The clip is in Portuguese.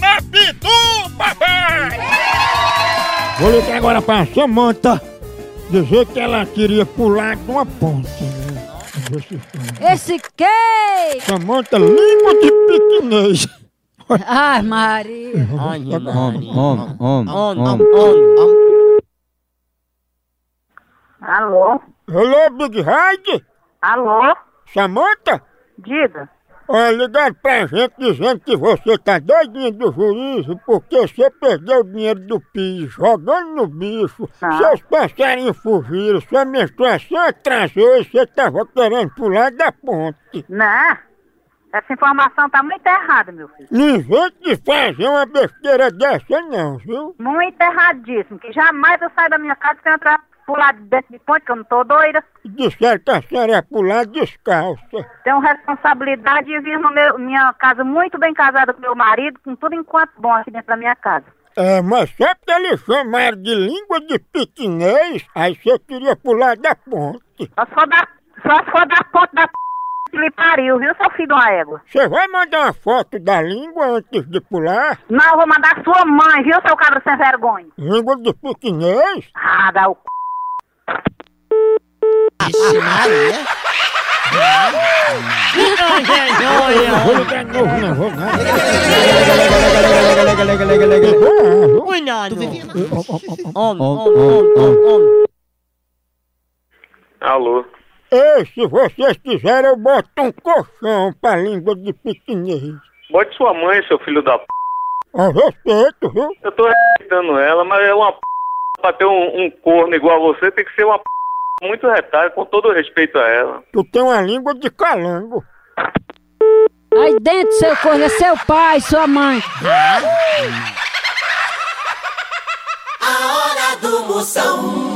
na Pitu, papai! Vou ligar agora pra Samanta dizer que ela queria pular de uma ponte. Né? Esse queijo! Samanta, língua de piquinês. Ai, Maria! Homem, homem, homem, homem. Alô? Hello, Big Ride? Alô? Samanta? Diga. Olha, ligaram pra gente dizendo que você tá doidinha do juízo porque você perdeu o dinheiro do PIS jogando no bicho, Ah. seus passarinhos fugiram, sua menstruação atrasou e você tava querendo pular da ponte. Né? Essa informação tá muito errada, meu filho. Não invente de fazer uma besteira dessa não, viu? Muito erradíssimo. Que jamais eu saio da minha casa sem entrar pular de dentro de ponte, que eu não tô doida. Disseram que a senhora ia é pular descalça. Tenho responsabilidade de vir no meu, minha casa muito bem casada com meu marido, com tudo enquanto bom aqui dentro da minha casa. É, mas só porque eles chamaram de língua de piquinês, aí você queria pular da ponte. Só se for da, só se for da ponte da p... que lhe pariu, viu, seu filho de uma égua? Você vai mandar uma foto da língua antes de pular? Não, eu vou mandar sua mãe, viu, seu cabra sem vergonha? Língua de piquinês? Ah, dá o c... Não vou ligar de novo, não vou nada. É, Alô? Ei, se vocês quiserem, eu boto um colchão pra língua de piquinês. Bote sua mãe, seu filho da p. A respeito, viu? Eu tô respeitando ela, mas é uma p. Pra ter um, um corno igual a você, tem que ser uma p. Muito retalho, com todo respeito a ela. Tu tem uma língua de calango. Aí dentro, seu corno, é seu pai, sua mãe. A hora do Moção.